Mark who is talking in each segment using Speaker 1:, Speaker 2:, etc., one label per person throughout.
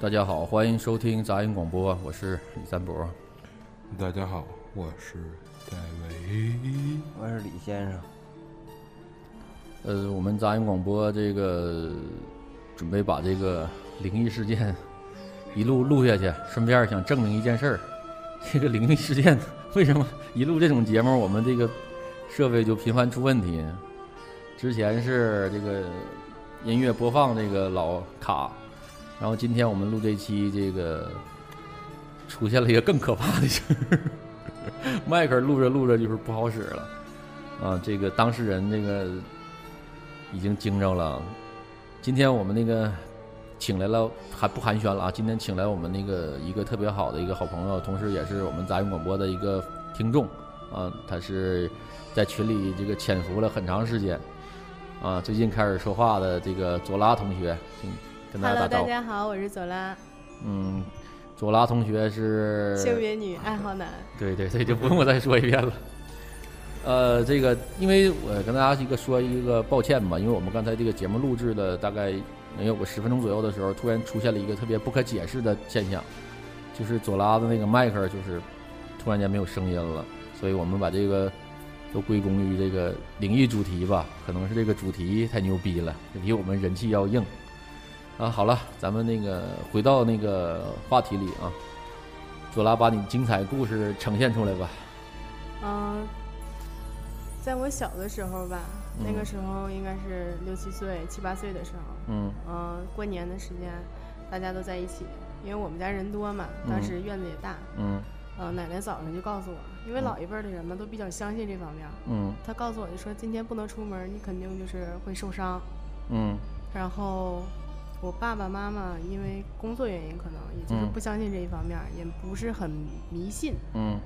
Speaker 1: 大家好，欢迎收听杂音广播，我是李三博。
Speaker 2: 大家好，我是戴维。
Speaker 3: 我是李先生。
Speaker 1: 呃，我们杂音广播这个准备把这个灵异事件一路录下去，顺便想证明一件事儿：这个灵异事件为什么一录这种节目，我们这个设备就频繁出问题呢？之前是这个音乐播放这个老卡，然后今天我们录这期这个出现了一个更可怕的事儿， 麦克录着录着就是不好使了，啊，这个当事人这个已经惊着了。今天我们那个请来了，还不寒暄了啊，今天请来我们那个一个特别好的一个好朋友，同时也是我们杂音广播的一个听众啊，他是在群里这个潜伏了很长时间。啊，最近开始说话的这个左拉同学，请跟大家
Speaker 4: Hello，
Speaker 1: 打招
Speaker 4: 大
Speaker 1: 呼。
Speaker 4: 家好，我是左拉，
Speaker 1: 嗯，左拉同学是，
Speaker 4: 性别女，爱好男。
Speaker 1: 对对对，就不用我再说一遍了。 呃，这个因为我跟大家一个说一个抱歉吧，因为我们刚才这个节目录制了大概能有个十分钟左右的时候，突然出现了一个特别不可解释的现象，就是左拉的那个麦克就是突然间没有声音了，所以我们把这个都归功于这个灵异主题吧，可能是这个主题太牛逼了，也比我们人气要硬。啊，好了，咱们那个回到那个话题里啊，左拉把你精彩故事呈现出来吧。
Speaker 4: 嗯，在我小的时候吧，那个时候应该是六七岁、七八岁的时候，
Speaker 1: 嗯
Speaker 4: 嗯，过年的时间，大家都在一起，因为我们家人多嘛，
Speaker 1: 嗯
Speaker 4: 当时院子也大，
Speaker 1: 嗯
Speaker 4: 呃，奶奶早上就告诉我，因为老一辈儿的人嘛都比较相信这方面儿，
Speaker 1: 嗯
Speaker 4: 她告诉我就说今天不能出门儿，你肯定就是会受伤，
Speaker 1: 嗯
Speaker 4: 然后我爸爸妈妈因为工作原因，可能也就是
Speaker 1: 嗯
Speaker 4: 不相信这一方面儿，也不是很迷信，
Speaker 1: 嗯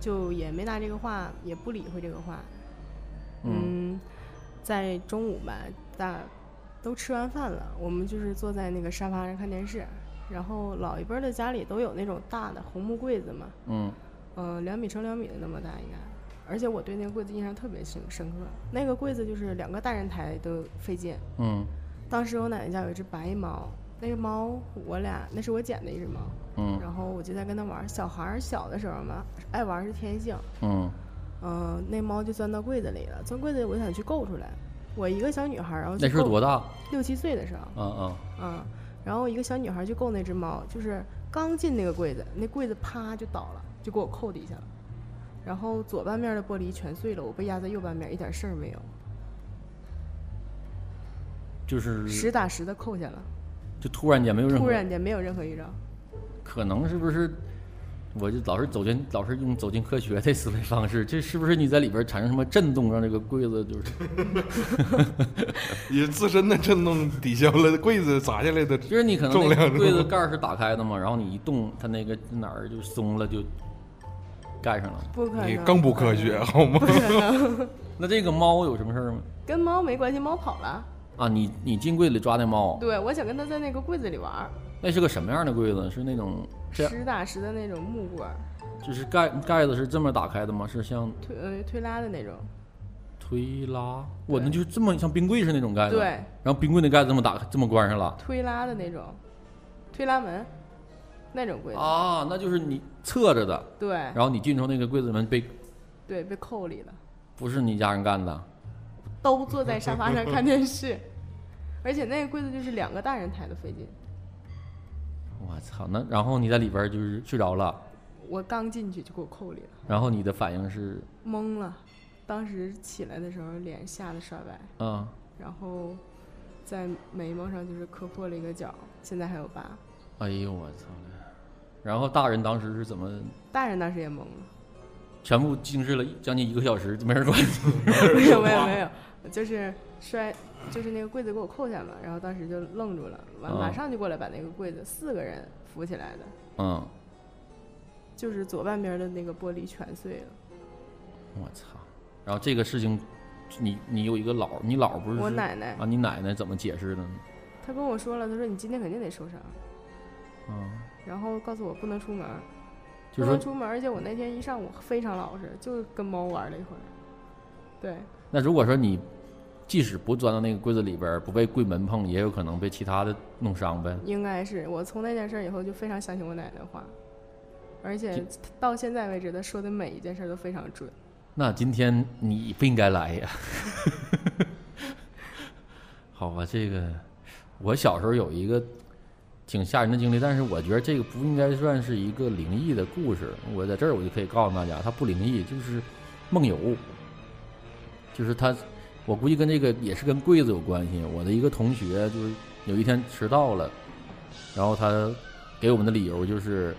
Speaker 4: 就也没拿这个话，也不理会这个话。
Speaker 1: 嗯
Speaker 4: 嗯，在中午吧，大都吃完饭了，我们就是坐在那个沙发上看电视。然后老一辈儿的家里都有那种大的红木柜子嘛，
Speaker 1: 嗯
Speaker 4: 嗯、两米乘两米的那么大应该。而且我对那个柜子印象特别深深刻，那个柜子就是两个大人抬都费劲，
Speaker 1: 嗯
Speaker 4: 当时我奶奶家有一只白猫，那个猫我俩那是我捡的一只猫，
Speaker 1: 嗯
Speaker 4: 然后我就在跟它玩儿。小孩儿小的时候嘛，爱玩儿是天性，
Speaker 1: 嗯
Speaker 4: 嗯、那猫就钻到柜子里了，钻柜子里我想去够出来。我一个小女孩儿，然后
Speaker 1: 那时候多
Speaker 4: 大？
Speaker 1: 大？
Speaker 4: 六七岁的时候，
Speaker 1: 啊啊
Speaker 4: 嗯，然后一个小女孩儿去够那只猫，就是刚进那个柜子，那柜子啪就倒了，就给我扣底下了，然后左半面的玻璃全碎了，我被压在右半面，一点事儿没有，
Speaker 1: 就是
Speaker 4: 实打实的扣下了，
Speaker 1: 就突然间嗯没有任何，
Speaker 4: 突然间没有任何预兆。
Speaker 1: 可能是不是？我就老是走进，老是用走进科学的思维方式，这是不是你在里边产生什么震动，让这个柜子就是
Speaker 2: 你自身的震动抵消了柜子砸下来的，
Speaker 1: 就是你可能
Speaker 2: 重
Speaker 1: 那
Speaker 2: 量
Speaker 1: 个
Speaker 2: 是吧
Speaker 1: 柜子盖儿是打开的嘛，然后你一动，它那个哪儿就松了，就盖上了。
Speaker 4: 不可能，
Speaker 2: 你更不科学啊好吗？
Speaker 1: 那这个猫有什么事儿吗？
Speaker 4: 跟猫没关系，猫跑了。
Speaker 1: 啊，你你进柜里抓那猫，
Speaker 4: 对，我想跟它在那个柜子里玩儿，
Speaker 1: 那是个什么样的柜子？是那种这
Speaker 2: 啊
Speaker 1: 样，
Speaker 4: 实打实的那种木棍儿，
Speaker 1: 就是盖盖子是这么打开的吗？是像
Speaker 4: 推呃推拉的那种。
Speaker 1: 推拉，我那就这么像冰柜似的那种
Speaker 2: 哎
Speaker 1: 盖子，
Speaker 4: 对，
Speaker 1: 然后冰柜的盖子这么打开，这么关上了。
Speaker 4: 推拉的那种，推拉门，那种柜子。
Speaker 1: 啊，那就是你侧着的，
Speaker 4: 对
Speaker 1: 然后你进出那个柜子门被
Speaker 4: 对，被扣里了，
Speaker 1: 不是你家人干的，
Speaker 4: 都坐在沙发上看电视，而且那个柜子就是两个大人抬都费劲。
Speaker 1: 我操！那然后你在里边儿就是睡着了，
Speaker 4: 我刚进去就给我扣里了，
Speaker 1: 然后你的反应是，
Speaker 4: 懵了。当时起来的时候脸吓得刷白，
Speaker 1: 嗯，
Speaker 4: 然后在眉毛上就是磕破了一个角，现在还有疤。
Speaker 1: 哎呦我操！然后大人当时是怎么
Speaker 4: 大人当时也懵了。
Speaker 1: 全部静置了一将近一个小时，没人管？
Speaker 4: 没有没有没有，就是摔，就是那个柜子给我扣下嘛，然后当时就愣住了，完
Speaker 1: 啊
Speaker 4: 马上就过来把那个柜子四个人扶起来的，
Speaker 1: 嗯，
Speaker 4: 就是左半边的那个玻璃全碎了。
Speaker 1: 我操！然后这个事情，你你有一个姥儿，你姥儿不是
Speaker 4: 我奶奶
Speaker 1: 啊？你奶奶怎么解释的呢？
Speaker 4: 她跟我说了，她说你今天肯定得受伤，
Speaker 1: 嗯，
Speaker 4: 然后告诉我不能出门儿，
Speaker 1: 就
Speaker 4: 不
Speaker 1: 是
Speaker 4: 能
Speaker 1: 说
Speaker 4: 出门儿，而且我那天一上午非常老实，就跟猫玩了一会儿。对，
Speaker 1: 那如果说你即使不钻到那个柜子里边儿，不被柜门碰，也有可能被其他的弄伤呗。
Speaker 4: 应该是我从那件事儿以后就非常相信我奶奶的话，而且到现在为止，她说的每一件事儿都非常准。
Speaker 1: 那今天你不应该来呀。 好吧，这个我小时候有一个挺吓人的经历，但是我觉得这个不应该算是一个灵异的故事。我在这儿我就可以告诉大家，它不灵异，就是梦游，就是他，我估计跟这个也是跟柜子有关系。我的一个同学就是有一天迟到了，然后他给我们的理由就是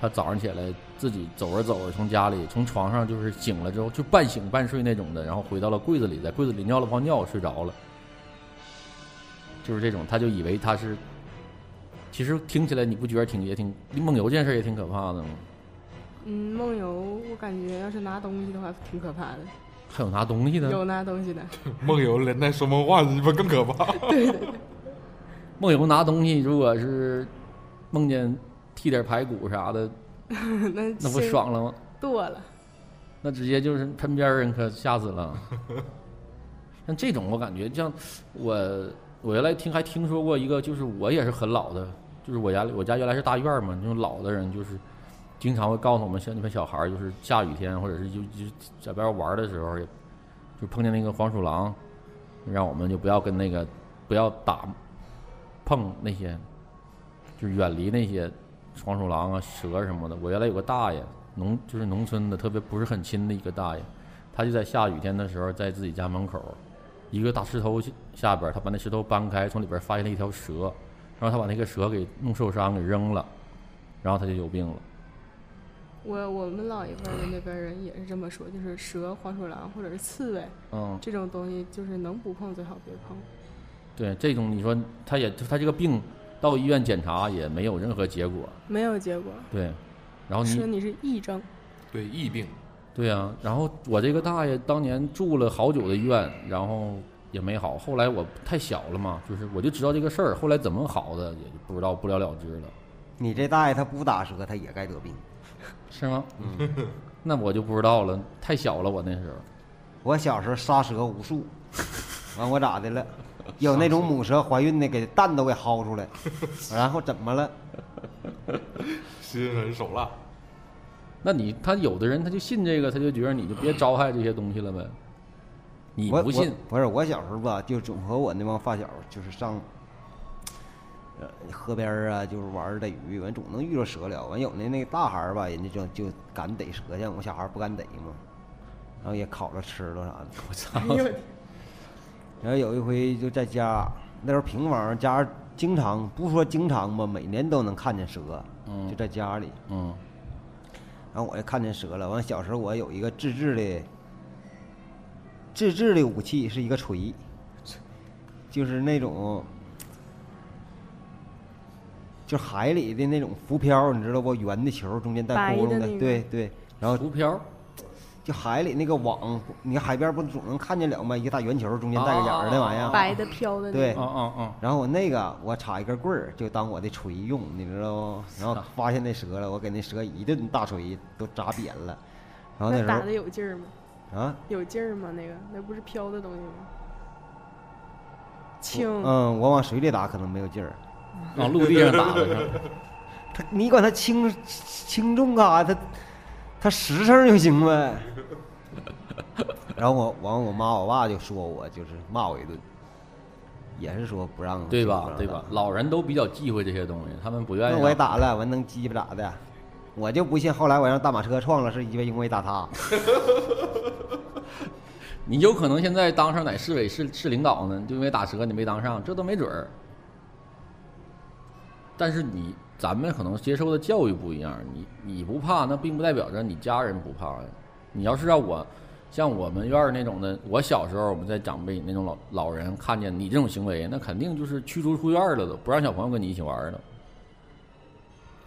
Speaker 1: 他早上起来自己走着走着，从家里从床上就是醒了之后就半醒半睡那种的，然后回到了柜子里，在柜子里尿了泡尿睡着了，就是这种，他就以为他是，其实听起来你不觉得挺也挺梦游这件事儿也挺可怕的吗？
Speaker 4: 嗯，梦游我感觉要是拿东西的话挺可怕的，
Speaker 1: 还有拿东西的，
Speaker 4: 有拿东西的，
Speaker 2: 梦游连带说梦话，你们更可怕。
Speaker 1: 梦游拿东西，如果是梦见剔点排骨啥的，
Speaker 4: 那
Speaker 1: 那不
Speaker 4: 心
Speaker 1: 爽了吗？
Speaker 4: 剁了。
Speaker 1: 那直接就是喷边儿人可吓死了。像这种我感觉，像我我原来听还听说过一个，就是我也是很老的，就是我家里我家原来是大院儿嘛，那种老的人就是经常会告诉我们，像你们小孩儿就是下雨天或者是就就在外边玩儿的时候，也就碰见那个黄鼠狼，让我们就不要跟那个不要打碰那些，就是远离那些黄鼠狼啊、蛇什么的。我原来有个大爷，农就是农村的，特别不是很亲的一个大爷，他就在下雨天的时候，在自己家门口一个大石头下边儿，他把那石头搬开，从里边儿发现了一条蛇，然后他把那个蛇给弄受伤，给扔了，然后他就有病了。
Speaker 4: 我我们老一辈儿的那边儿人也是这么说，就是蛇、黄鼠狼或者是刺猬
Speaker 1: 嗯，
Speaker 4: 这种东西，就是能不碰最好别碰。
Speaker 1: 对，这种你说他也他这个病到医院检查也没有任何结果，
Speaker 4: 没有结果，
Speaker 1: 对，然哦后你
Speaker 4: 说你是癔症，
Speaker 2: 对，疫病，
Speaker 1: 对呀、然后我这个大爷当年住了好久的院，然后也没好。后来我太小了嘛，就是我就知道这个事儿，后来怎么好的也就不知道，不了了之了，
Speaker 3: 你这大爷他不打折，他也该得病。
Speaker 1: 是吗？嗯， 那我就不知道了，太小了，我那时候。
Speaker 3: 我小时候杀蛇无数， 完我咋的了？有那种母蛇怀孕的，给蛋都给薅出来，然后怎么了？
Speaker 2: 心狠手辣。
Speaker 1: 那你他有的人他就信这个，他就觉得你就别招害这些东西了呗。你
Speaker 3: 我
Speaker 1: 不信
Speaker 3: 我，不是我小时候吧，就总和我那帮发小就是上，呃，河边儿啊，就是玩儿逮鱼，完总能遇着蛇了。完有那那大孩儿吧，人家就就敢逮蛇去，我小孩儿不敢逮嘛，然后也烤了吃了啥的。
Speaker 1: 我操！
Speaker 3: 然后有一回就在家，那时候平房家经常不说经常吧，每年都能看见蛇，就在家里。
Speaker 1: 嗯
Speaker 3: 然后我就看见蛇了。完小时候我有一个自制的，自制的武器是一个锤，就是那种，就海里的那种浮漂，你知道不？圆的球中间带
Speaker 4: 白
Speaker 3: 窟窿
Speaker 4: 的
Speaker 3: 的，
Speaker 4: 那个
Speaker 3: 对对。然后
Speaker 1: 浮漂，
Speaker 3: 就海里那个网，你看海边不总能看见了吗？一个大圆球中间带个眼儿那玩意儿。
Speaker 4: 白的飘的那
Speaker 3: 哦对
Speaker 4: 种，
Speaker 1: 嗯嗯嗯，
Speaker 3: 然后我那个我插一根棍儿，就当我的锤用，你知道不？然
Speaker 4: 啊
Speaker 3: 后发现那蛇了，我给那蛇一顿大锤都砸扁了。然后那
Speaker 4: 那
Speaker 3: 时
Speaker 4: 打的
Speaker 3: 候
Speaker 4: 有劲儿吗？
Speaker 3: 啊，
Speaker 4: 有劲儿吗？那个那不是飘的东西吗？轻，
Speaker 3: 嗯，我往水里打可能没有劲儿，
Speaker 1: 往陆地上打的 是吧。
Speaker 3: 它你管它轻轻重干、啥？它它实诚就行 呗。然后我完，我妈我爸就说我就是骂我一顿，也是说不让
Speaker 1: 对
Speaker 3: 不
Speaker 1: 吧？
Speaker 3: 让
Speaker 1: 对
Speaker 3: 打
Speaker 1: 吧？老人都比较忌讳这些东西，他们不愿意
Speaker 3: 那
Speaker 1: 让。
Speaker 3: 我也打了，完能鸡巴咋的？我就不信后来我让大马车撞了，是因为因为打 他。
Speaker 1: 你有可能现在当上哪市委市市领导呢？就因为打折你没当上，这都没准儿。但是你咱们可能接受的教育不一样，你你不怕，那并不代表着你家人不怕呀。你要是让我像我们院儿那种的，我小时候我们在长辈那种老老人看见你这种行为，那肯定就是驱逐出院儿了都，不让小朋友跟你一起玩儿了。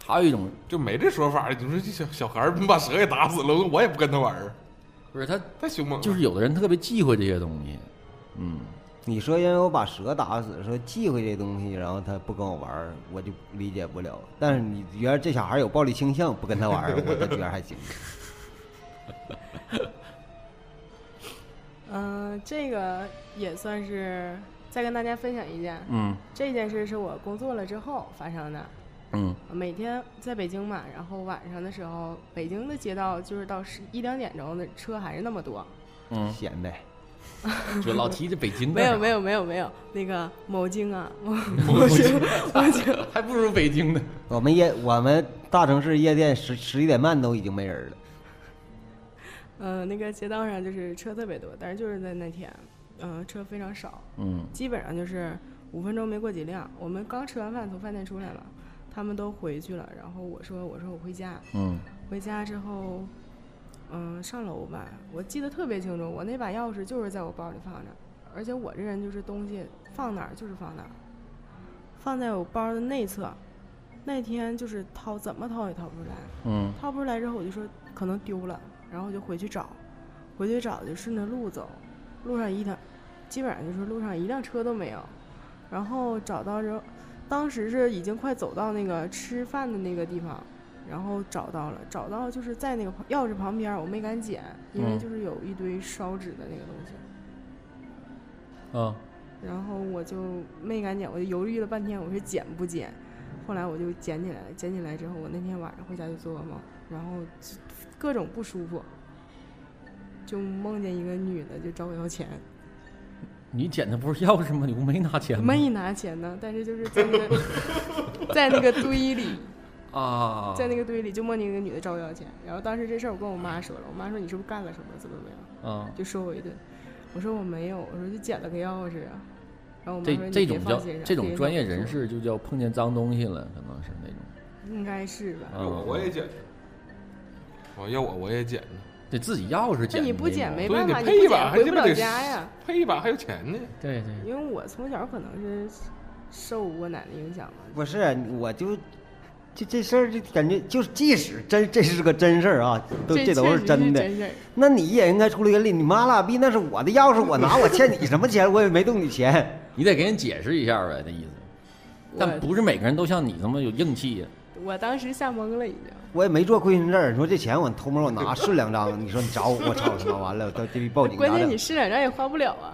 Speaker 1: 还有一种
Speaker 2: 就没这说法儿，你说这小小孩儿，你把蛇给打死了，我也不跟他玩儿，
Speaker 1: 不是他，
Speaker 2: 太凶猛了。
Speaker 1: 就是有的人特别忌讳这些东西，嗯。
Speaker 3: 你说因为我把蛇打死，说忌讳这东西，然后他不跟我玩儿，我就理解不了。但是你觉得这小孩有暴力倾向，不跟他玩儿，我就觉得还行。
Speaker 4: 嗯、这个也算是再跟大家分享一件，
Speaker 1: 嗯
Speaker 4: 这件事是我工作了之后发生的。
Speaker 1: 嗯
Speaker 4: 每天在北京嘛，然后晚上的时候，北京的街道就是到十一两点钟的车还是那么多。
Speaker 1: 嗯，
Speaker 3: 闲呗。
Speaker 1: 就老提这北京
Speaker 4: 没有没
Speaker 1: 有，
Speaker 4: 有没有没有，那个某京啊， 某某京，某京，
Speaker 1: 还不如北京呢。
Speaker 3: 我们夜我们大城市夜店十十一点半都已经没人了。
Speaker 4: 嗯、那个街道上就是车特别多，但是就是在那天，嗯、车非常少，
Speaker 1: 嗯
Speaker 4: 基本上就是五分钟没过几辆。我们刚吃完饭从饭店出来嘛，他们都回去了，然后我说我说我回家，
Speaker 1: 嗯
Speaker 4: 回家之后，嗯，上楼吧。我记得特别清楚，我那把钥匙就是在我包里放着，而且我这人就是东西放哪儿就是放哪儿，放在我包的内侧。那天就是掏，怎么掏也掏不出来，
Speaker 1: 嗯
Speaker 4: 掏不出来之后我就说可能丢了，然后我就回去找，回去找就顺着路走，路上一辆，基本上就是路上一辆车都没有，然后找到之后，当时是已经快走到那个吃饭的那个地方，然后找到了，找到就是在那个旁钥匙旁边儿，我没敢捡，因为
Speaker 1: 嗯
Speaker 4: 就是有一堆烧纸的那个东西，
Speaker 1: 啊
Speaker 4: 然后我就没敢捡，我就犹豫了半天，我是捡不捡。后来我就捡起来，捡起来之后，我那天晚上回家就做噩梦，然后就各种不舒服，就梦见一个女的就找我要钱，
Speaker 1: 你捡的不是钥匙吗？你不没拿钱吗？
Speaker 4: 没拿钱呢，但是就是在那 个在那个堆里，
Speaker 1: 啊，
Speaker 4: 在那个堆里就梦见一个女的找我要钱，然后当时这事儿我跟我妈说了，我妈说你是不是干了什么，怎么怎么样，
Speaker 1: 啊，
Speaker 4: 就说我一顿，我说我没有，我说就捡了个钥匙啊，然后我妈
Speaker 1: 这
Speaker 4: 说你
Speaker 1: 这
Speaker 4: 别
Speaker 1: 种
Speaker 4: 放
Speaker 1: 叫
Speaker 4: 心上，
Speaker 1: 这
Speaker 4: 别
Speaker 1: 种
Speaker 4: 让
Speaker 1: 专业
Speaker 4: 我
Speaker 1: 人
Speaker 4: 做
Speaker 1: 士就叫碰见脏东西了，可能是那种。
Speaker 4: 应该是吧？
Speaker 1: 啊
Speaker 2: 哎我我也捡，我要我我也捡呢，
Speaker 1: 得自己钥匙
Speaker 4: 那
Speaker 1: 捡。
Speaker 4: 你不捡没
Speaker 2: 所以
Speaker 4: 办
Speaker 2: 你
Speaker 4: 法，你
Speaker 2: 配一把还鸡
Speaker 4: 不捡回不
Speaker 2: 巴
Speaker 4: 了
Speaker 2: 得
Speaker 4: 家呀。
Speaker 2: 配一把还有钱呢。
Speaker 1: 对对，
Speaker 4: 因为我从小可能是受我奶奶影响嘛，
Speaker 3: 不是，我就就这事儿就感觉就是，即使真这是个真事儿啊，都
Speaker 4: 这
Speaker 3: 都
Speaker 4: 确
Speaker 3: 是
Speaker 4: 实
Speaker 3: 真的。
Speaker 4: 真事儿。
Speaker 3: 那你也应该出了一个例，你妈拉逼那是我的钥匙，我拿我欠你什么钱？我也没动你钱。
Speaker 1: 你得给人解释一下呗，那意思。但
Speaker 4: 我
Speaker 1: 不是每个人都像你这么有硬气呀。
Speaker 4: 我当时吓懵了已经。
Speaker 3: 我也没做亏心事儿，你说这钱我偷摸 我拿是两张，你说你找我，我操他妈完了，我到这逼报警
Speaker 4: 关
Speaker 3: 拿
Speaker 4: 键
Speaker 3: 着
Speaker 4: 你。市场上也花不了啊。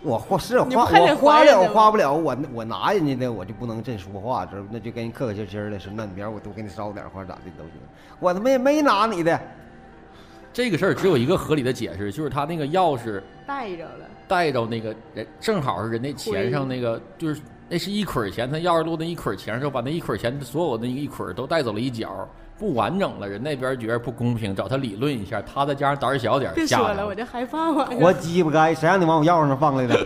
Speaker 3: 我花是
Speaker 4: 你
Speaker 3: 花
Speaker 4: 不还得
Speaker 3: 我花
Speaker 4: 还人家
Speaker 3: 了
Speaker 4: 吗
Speaker 3: 花不了，我我拿人家的我就不能这说话，这那就跟人客客气气儿的说，那你明儿我多给你捎点儿或者咋的都行。我他妈也没拿你的，
Speaker 1: 这个事儿只有一个合理的解释，就是他那个钥匙
Speaker 4: 带着了，
Speaker 1: 带到那个人，正好是人那钱上那个，就是那是一捆儿钱，他钥匙落那一捆儿钱上，把那一捆儿钱所有的那一捆儿都带走了一角，不完整了。人那边觉得不公平，找他理论一下，他再加上胆儿小点儿，
Speaker 4: 别
Speaker 1: 吓
Speaker 4: 说
Speaker 1: 得
Speaker 4: 了，我就害怕我。
Speaker 3: 活鸡巴该，谁让你往我钥匙上放来的？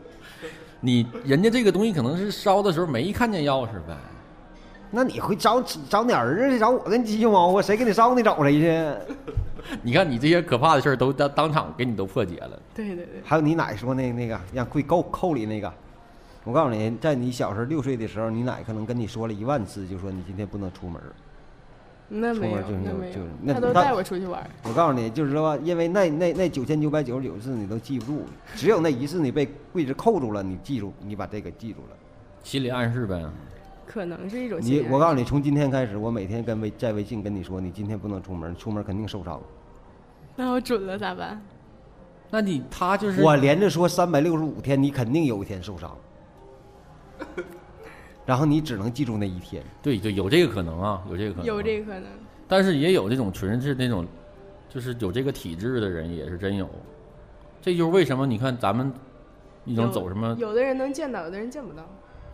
Speaker 1: 你人家这个东西可能是烧的时候没看见钥匙呗，
Speaker 3: 那你回找找啊你儿子去，找我跟鸡毛啊？谁给你烧你找谁去？
Speaker 1: 你看你这些可怕的事儿都当当场给你都破解了，
Speaker 4: 对对对，
Speaker 3: 还有你奶说那那个让跪扣扣里那个，我告诉你，在你小时候六岁的时候，你奶可能跟你说了一万次，就说你今天不能出门儿。
Speaker 4: 那没有
Speaker 3: 出门
Speaker 4: 那
Speaker 3: 就，就
Speaker 4: 没
Speaker 3: 就
Speaker 4: 有，
Speaker 3: 那
Speaker 4: 他都
Speaker 3: 他
Speaker 4: 带我出去玩儿。
Speaker 3: 我告诉你，就是说，因为那那那九千九百九十九次你都记不住，只有那一次你被跪着扣住了，你记住，你把这个记住了。
Speaker 1: 心理暗示呗。
Speaker 4: 可能是一种
Speaker 3: 你
Speaker 4: 心理
Speaker 3: 我告诉你，从今天开始，我每天跟微在微信跟你说，你今天不能出门，出门肯定受伤。
Speaker 4: 那我准了咋办？
Speaker 1: 那你他就是
Speaker 3: 我连着说三百六十五天，你肯定有一天受 伤，然后你只能记住那一天。
Speaker 1: 对对有这个可能啊，有这个可能啊、
Speaker 4: 有这个可能，
Speaker 1: 但是也有这种纯是那种，就是有这个体质的人也是真有，这就是为什么你看咱们一种
Speaker 4: 有
Speaker 1: 走什么，
Speaker 4: 有的人能见到，有的人见不到。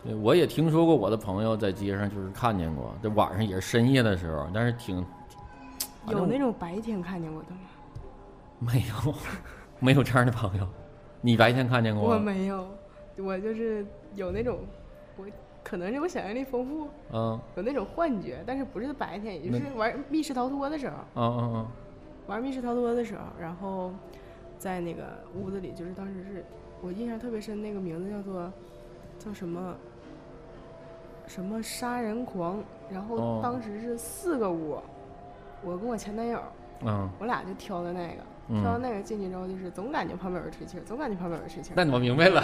Speaker 1: 对我也听说过我的朋友在街上就是看见过，这晚上也是深夜的时候，但是挺反
Speaker 4: 有
Speaker 1: 正
Speaker 4: 那种白天看见过的吗？
Speaker 1: 没有 没有这样的朋友，你白天看见过
Speaker 4: 我
Speaker 1: 吗？
Speaker 4: 没有，我就是有那种，我可能是我想象力丰富，
Speaker 1: 嗯
Speaker 4: 有那种幻觉，但是不是白天，也就是玩密室逃脱的时候，
Speaker 1: 嗯嗯嗯，
Speaker 4: 玩密室逃脱的时候，然后在那个屋子里，就是当时是我印象特别深，那个名字叫做叫什么什么杀人狂，然
Speaker 1: 哦
Speaker 4: 后当时是四个屋，我跟我前男友，
Speaker 1: 嗯，
Speaker 4: 我俩就挑的那个，
Speaker 1: 嗯
Speaker 4: 挑的那个进去之后，就是总感觉旁边有人吹气儿，总感觉旁边有人吹气儿。
Speaker 1: 那我明白了，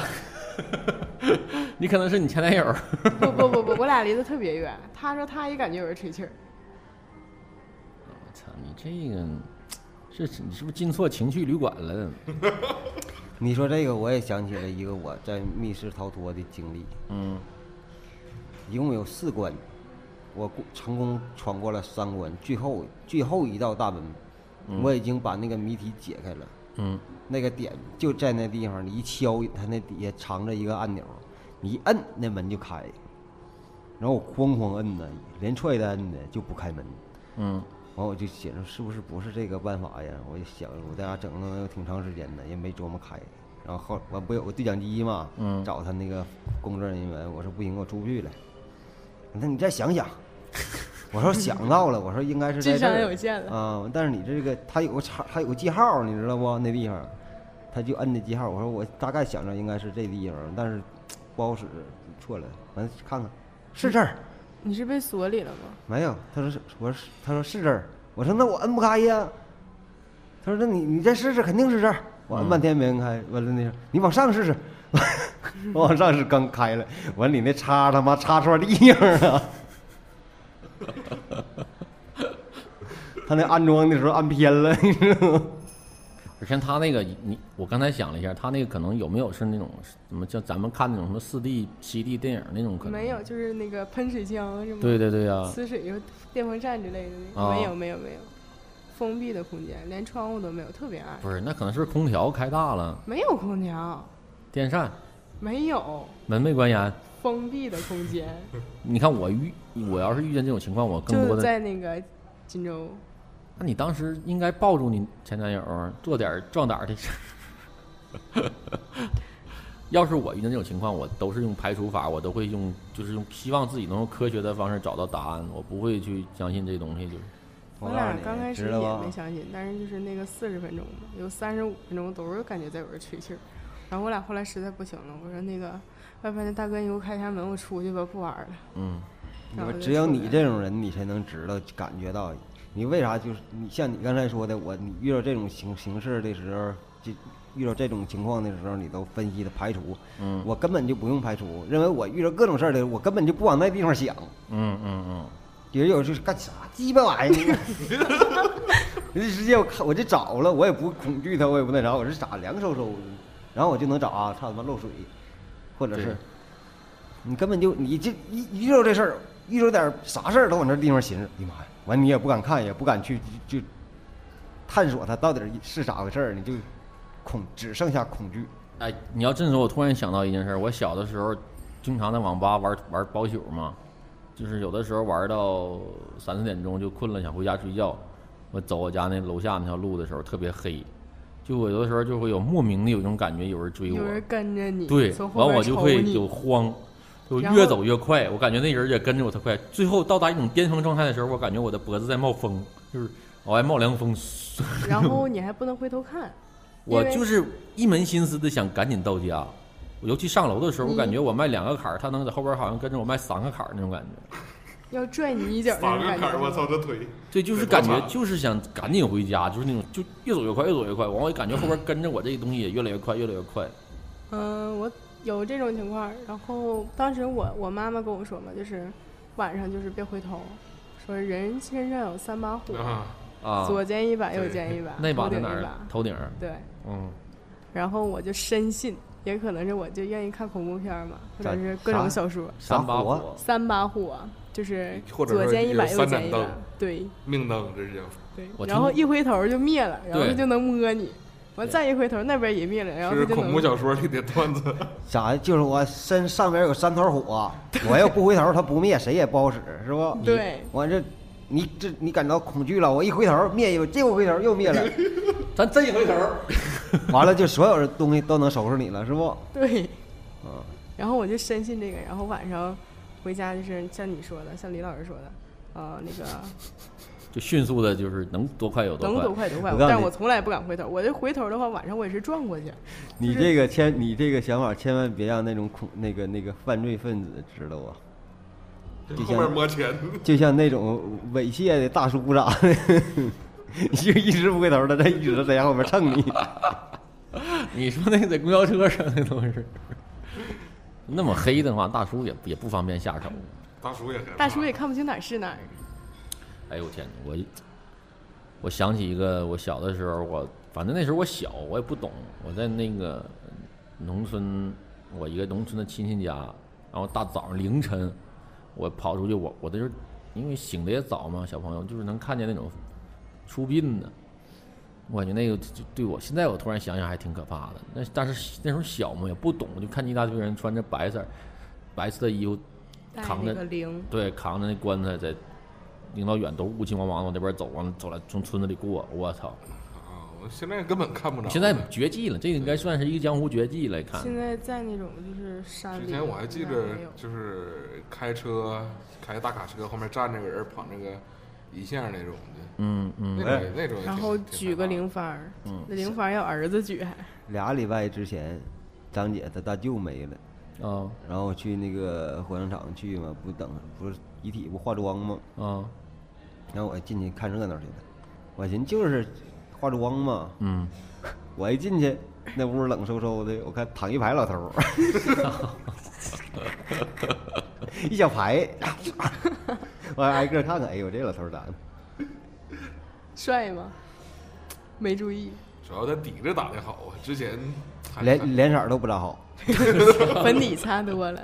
Speaker 1: 你可能是你前男友，
Speaker 4: 不不不不，我俩离得特别远。他说他也感觉有人吹气儿，
Speaker 1: 我操，你这个这是你是不是进错情趣旅馆了？
Speaker 3: 你说这个，我也想起了一个我在密室逃脱的经历。
Speaker 1: 嗯，
Speaker 3: 一共有四关，我过成功闯过了三关，最后最后一道大门，我已经把那个谜题解开了。
Speaker 1: 嗯，
Speaker 3: 那个点就在那地方，你一敲，它那底下藏着一个按钮，你一摁那门就开。然后我哐哐摁呢，连踹带摁的就不开门。
Speaker 1: 嗯，
Speaker 3: 完我就寻思是不是不是这个办法呀？我就想我在家整了能有挺长时间的，也没琢磨开。然后后完不有个对讲机嘛，
Speaker 1: 嗯
Speaker 3: 找他那个工作人员，我说不行，我出不去了。那你再想想，我说想到了，我说应该是在
Speaker 4: 智
Speaker 3: 这
Speaker 4: 商
Speaker 3: 儿
Speaker 4: 有限了
Speaker 3: 啊。但是你这个他有个叉，他有个记号，你知道不？那地方，他就摁的记号。我说我大概想着应该是这地方，但是不好使，错了。完看看，是这儿。
Speaker 4: 你是被锁里了吗？
Speaker 3: 没有，他说是，我说是，他说是这儿，我说那我摁不开呀。他说那你你再试试，肯定是这儿。我摁半天没摁开，完了那个你往上试 试，我往上试刚开了，完你那叉他妈叉错地方了。 他那安装的时候按偏了， 你知道吗？
Speaker 1: 而且他那个你，我刚才想了一下，他那个可能有没有是那种什么叫咱们看那种什么四 D、七 D 电影那种可能？
Speaker 4: 没有，。就是那个喷水枪什么，
Speaker 1: 对对对啊呀、
Speaker 4: 呲水又电风扇之类的那
Speaker 1: 啊
Speaker 4: 个，没有没有没有，封闭的空间，连窗户都没有，特别暗，
Speaker 1: 不是，那可能是空调开大了，
Speaker 4: 没有空调，
Speaker 1: 电扇
Speaker 4: 没有
Speaker 1: 门没关严。
Speaker 4: 封闭的空间，
Speaker 1: 你看我遇，我要是遇见这种情况，我更多
Speaker 4: 就
Speaker 1: 的
Speaker 4: 在那个荆州，
Speaker 1: 那你当时应该抱住你前男友，做点壮胆的事儿。 要是我遇见这种情况，我都是用排除法，我都会用，就是用希望自己能用科学的方式找到答案，我不会去相信这东西。就是
Speaker 4: 我
Speaker 3: 告诉
Speaker 4: 俩
Speaker 3: 你
Speaker 4: 刚开始
Speaker 3: 知道
Speaker 1: 啊
Speaker 4: 也
Speaker 3: 吧
Speaker 4: 没相信，但是就是那个四十分钟嘛，有三十五分钟都是感觉在有人吹气儿，然后我俩后来实在不行了，我说那个，要不然大哥你给我开一下门，我出去吧，不玩了。
Speaker 1: 嗯，
Speaker 4: 然后
Speaker 3: 我
Speaker 4: 就
Speaker 3: 只有
Speaker 4: 出
Speaker 3: 你
Speaker 4: 来
Speaker 3: 这种人，你才能知道、感觉到。你为啥就是你像你刚才说的，我你遇到这种形形式的时候，就遇到这种情况的时候，你都分析的排除。
Speaker 1: 嗯，
Speaker 3: 我根本就不用排除，认为我遇到各种事儿的，我根本就不往那地方想。
Speaker 1: 嗯嗯嗯，
Speaker 3: 有人有就是干啥鸡巴玩意儿， 人家直接我看我就找了，我也不恐惧它，我也不那啥，我是咋凉飕飕的，然后我就能找啊，差他妈漏水，或者
Speaker 1: 对
Speaker 3: 是你根本就你这一一遇到这事儿，遇到点儿啥事儿都往这地方寻思，哎呀妈呀，完你也不敢看，也不敢去就就探索它到底是咋回事儿，你就恐只剩下恐惧。
Speaker 1: 哎，你要这么说，我突然想到一件事儿，我小的时候经常在网吧玩玩包宿嘛，就是有的时候玩到三四点钟就困了，想回家睡觉。我走我家那楼下那条路的时候特别黑，就我有的时候就会有莫名的有一种感觉，有人追哎我。
Speaker 4: 有人跟着你，
Speaker 1: 对，
Speaker 4: 从后
Speaker 1: 完
Speaker 4: 面
Speaker 1: 我就
Speaker 4: 瞅
Speaker 1: 会
Speaker 4: 你
Speaker 1: 有慌，就
Speaker 4: 然
Speaker 1: 越
Speaker 4: 后
Speaker 1: 走越快，我感觉那人也跟着我特快。最后到达一种巅峰状态的时候，我感觉我的脖子在冒风，就是往外冒凉风。
Speaker 4: 然后你还不能回头看，
Speaker 1: 我
Speaker 4: 因为
Speaker 1: 就是一门心思的想赶紧到家。我尤其上楼的时候，我感
Speaker 4: 你
Speaker 1: 觉我迈两个坎儿，他能在后边好像跟着我迈三个坎儿那种感觉。
Speaker 4: 要拽你一脚那
Speaker 2: 三
Speaker 4: 种
Speaker 2: 个
Speaker 4: 感
Speaker 2: 坎
Speaker 4: 觉。
Speaker 2: 儿，我操，！这腿！
Speaker 1: 对，就是
Speaker 2: 对
Speaker 1: 感
Speaker 2: 多
Speaker 1: 觉
Speaker 2: 惨
Speaker 1: 就是想赶紧回家，就是那种就越走越快，越走越快。完，我感觉后边跟着我这个东西也越来越快，越来越快。
Speaker 4: 嗯，我有这种情况。然后当时我我妈妈跟我说嘛，就是晚上就是别回头，说人身上有三把火，
Speaker 2: 啊，
Speaker 1: 啊，
Speaker 4: 左肩一把，右
Speaker 2: 对
Speaker 4: 肩一把，
Speaker 1: 那把
Speaker 4: 头
Speaker 1: 在
Speaker 4: 顶
Speaker 1: 哪
Speaker 4: 一
Speaker 1: 儿
Speaker 4: 把？。
Speaker 1: 头顶儿。
Speaker 4: 对，
Speaker 1: 嗯，
Speaker 4: 然后我就深信，也可能是我就愿意看恐怖片儿嘛，或者
Speaker 3: 咋
Speaker 4: 是各
Speaker 3: 啥
Speaker 4: 种小说。
Speaker 1: 三把
Speaker 3: 啥火
Speaker 1: 火。
Speaker 4: 三把火就是
Speaker 2: 或者
Speaker 4: 左
Speaker 2: 说
Speaker 4: 肩一
Speaker 2: 有
Speaker 4: 把，右
Speaker 2: 三
Speaker 4: 肩
Speaker 2: 盏
Speaker 4: 一把
Speaker 2: 灯，
Speaker 4: 对。
Speaker 2: 命灯这是
Speaker 4: 对
Speaker 1: 我，
Speaker 4: 然
Speaker 1: 听
Speaker 4: 后一回头就灭了，然后
Speaker 1: 对
Speaker 4: 他就能摸你。完
Speaker 1: 对
Speaker 4: 再一回头，哎那边也灭了，然
Speaker 2: 叫，
Speaker 4: 后
Speaker 2: 这
Speaker 4: 他
Speaker 2: 是
Speaker 4: 就
Speaker 2: 恐怖
Speaker 4: 能。
Speaker 2: 小说里的段子。
Speaker 3: 啥呀？就是我身上边有三团火，我要不回头，它不灭，谁也不好使，是不？
Speaker 4: 对
Speaker 3: 完这，你这你感到恐惧了，我一回头灭一，这回回头又灭了，
Speaker 1: 咱这一回头儿，
Speaker 3: 完了就所有的东西都能收拾你了，是不？
Speaker 4: 对，
Speaker 3: 嗯，
Speaker 4: 然后我就深信这个，然后晚上回家就是像你说的，像李老师说的，呃，那个
Speaker 1: 就迅速的，就是能多快有多
Speaker 4: 能
Speaker 1: 快。
Speaker 4: 多快多快
Speaker 3: 我告，诉
Speaker 4: 但
Speaker 3: 你
Speaker 4: 我从来不敢回头。我这回头的话，晚上我也是转过去。
Speaker 3: 你这个千，你这个想法千万别让那种恐那个那个犯罪分子知道啊，
Speaker 2: 后面摸钱，
Speaker 3: 就像那种猥亵的大叔啥的， 你就一直不回头，他在一直在后面蹭你。
Speaker 1: 你说那在公交车上那都是，那么黑的话，大叔也也不方便下手。
Speaker 2: 大叔也害怕
Speaker 4: 大叔也看不清哪儿是哪儿，
Speaker 1: 哎呦我天哪，我我想起一个，我小的时候，我反正那时候我小，我也不懂，我在那个农村，我一个农村的亲戚家，然后大早上凌晨，我跑出去，我我那时候因为醒的也早嘛，小朋友就是能看见那种出殡的，我感觉那个就对我现在我突然想想还挺可怕的。那但是那时候小嘛，也不懂，就看见一大堆人穿着白色儿白色的衣服，
Speaker 4: 带
Speaker 1: 扛
Speaker 4: 那
Speaker 1: 着
Speaker 4: 个铃，
Speaker 1: 对，扛着那棺材在领导远都雾气茫茫的往那边走，完了走来从村子里过，我操！
Speaker 2: 啊，我现在根本看不着。
Speaker 1: 现在
Speaker 3: 啊
Speaker 1: 绝迹了，这个应该算是一个江湖绝迹来看。
Speaker 4: 现在在那种就是山里，
Speaker 2: 之前我还记
Speaker 4: 应该
Speaker 2: 着
Speaker 4: 没有，
Speaker 2: 就是开车开大卡车，后面站着个人捧着个一线那种的，
Speaker 1: 嗯
Speaker 2: 那
Speaker 1: 嗯，
Speaker 2: 种也那种也挺。
Speaker 4: 然后
Speaker 2: 挺害
Speaker 4: 举
Speaker 2: 怕的
Speaker 4: 个铃幡儿，那铃幡儿要儿子举还，
Speaker 3: 俩礼拜之前，张姐她大舅没了，
Speaker 1: 啊
Speaker 3: 然后我去那个火葬场去嘛，不等不是遗体不化妆吗？
Speaker 1: 啊，
Speaker 3: 然后我进去看热闹去了，我寻思就是化妆嘛，
Speaker 1: 嗯，
Speaker 3: 我一进去那屋冷飕飕的，我看躺一排老头儿，一小排，我还挨个看看，哎呦这老头儿咋的？
Speaker 4: 帅吗？ 没注意，
Speaker 2: 主要他底子打得好啊，之前还
Speaker 3: 脸脸色儿都不咋好，
Speaker 4: 粉底擦 多了，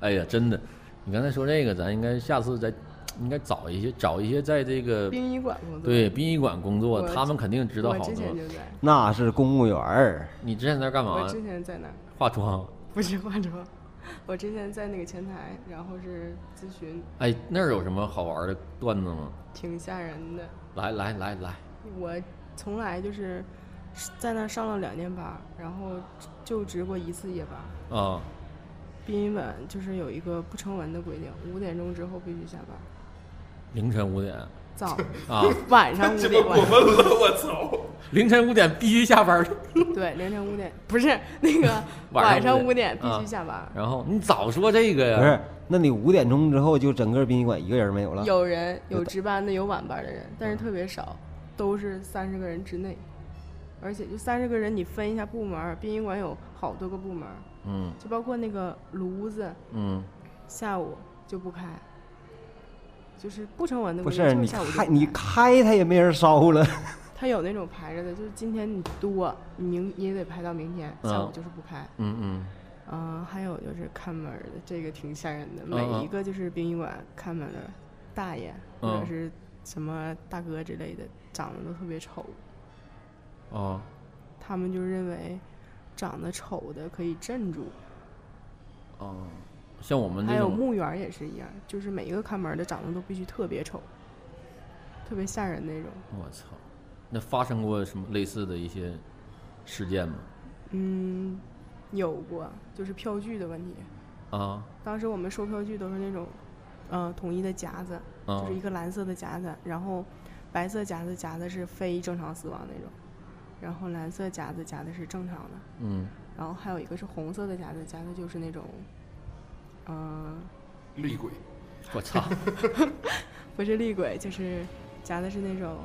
Speaker 1: 哎呀，真的，你刚才说这个，咱应该下次再应该找一些找一些在这个
Speaker 4: 殡仪馆工作，
Speaker 1: 对殡仪馆工作，
Speaker 4: 我
Speaker 1: 他们肯定知道
Speaker 4: 我
Speaker 1: 好
Speaker 4: 之
Speaker 1: 多啊
Speaker 4: 前。就在，
Speaker 3: 那是公务员儿，
Speaker 1: 你之前在那儿干嘛
Speaker 4: 我？之前在那儿，
Speaker 1: 化妆？
Speaker 4: 不是化妆，我之前在那个前台，然后是咨询，
Speaker 1: 哎，那儿有什么好玩的段子吗？
Speaker 4: 挺吓人的。
Speaker 1: 来来来来，
Speaker 4: 我从来就是在那儿上了两年班儿，然后就值过一次夜班儿。
Speaker 1: 啊
Speaker 4: 殡仪馆就是有一个不成文的规定，五点钟之后必须下班儿，
Speaker 1: 凌晨五点
Speaker 4: 早
Speaker 1: 啊，
Speaker 4: 晚上五
Speaker 2: 这
Speaker 4: 点
Speaker 2: 么
Speaker 4: 晚
Speaker 2: 过分了，我操！
Speaker 1: 凌晨五点必须下班儿。
Speaker 4: 对凌晨五点不是那个
Speaker 1: 晚
Speaker 4: 晚
Speaker 1: 上
Speaker 4: 上
Speaker 1: 五
Speaker 4: 五
Speaker 1: 点
Speaker 4: 点必
Speaker 1: 啊
Speaker 4: 须下班儿。
Speaker 1: 然后你早说这个呀？
Speaker 3: 不是？那你五点钟之后就整个殡仪馆一个人没有了？嗯
Speaker 4: 有人有值班的，有晚班的人，但是特别少，都是三十个人之内。而且就三十个人，你分一下部门儿，殡仪馆有好多个部门儿，
Speaker 1: 嗯
Speaker 4: 就包括那个炉子，
Speaker 1: 嗯，
Speaker 4: 下午就不开，就是不成文的
Speaker 3: 不
Speaker 4: 规定。
Speaker 3: 是
Speaker 4: 就是
Speaker 3: 你
Speaker 4: 下午就
Speaker 3: 开
Speaker 4: 不
Speaker 3: 你
Speaker 4: 开
Speaker 3: 开它也没人烧了，
Speaker 4: 他有那种排着的，就是今天你多，你明也得排到明天，
Speaker 1: 嗯
Speaker 4: 下午就是不开。
Speaker 1: 嗯嗯，
Speaker 4: 嗯、还有就是看门儿的，这个挺吓人的。
Speaker 1: 嗯
Speaker 4: 每
Speaker 1: 嗯
Speaker 4: 一个就是殡仪馆看门的大爷、或
Speaker 1: 嗯
Speaker 4: 者是什么大哥之类的，长得都特别丑，
Speaker 1: 哦，
Speaker 4: 他们就认为长得丑的可以镇住。
Speaker 1: 哦，像我们
Speaker 4: 还
Speaker 1: 这
Speaker 4: 有
Speaker 1: 种，
Speaker 4: 墓园儿也是一样，就是每一个看门儿的长得都必须特别丑，特别吓人那种。
Speaker 1: 我操，那发生过什么类似的一些事件吗？
Speaker 4: 嗯，有过，就是票据的问题。
Speaker 1: 啊
Speaker 4: 当时我们收票据都是那种，呃，统一的夹子，
Speaker 1: 啊
Speaker 4: 就是一个蓝色的夹子，然后白色夹子夹的是非正常死亡那种，然后蓝色夹子夹的是正常的，
Speaker 1: 嗯
Speaker 4: 然后还有一个是红色的夹子夹的就是那种，嗯、
Speaker 2: 厉鬼，
Speaker 1: 我操，
Speaker 4: 不是厉鬼，就是夹的是那种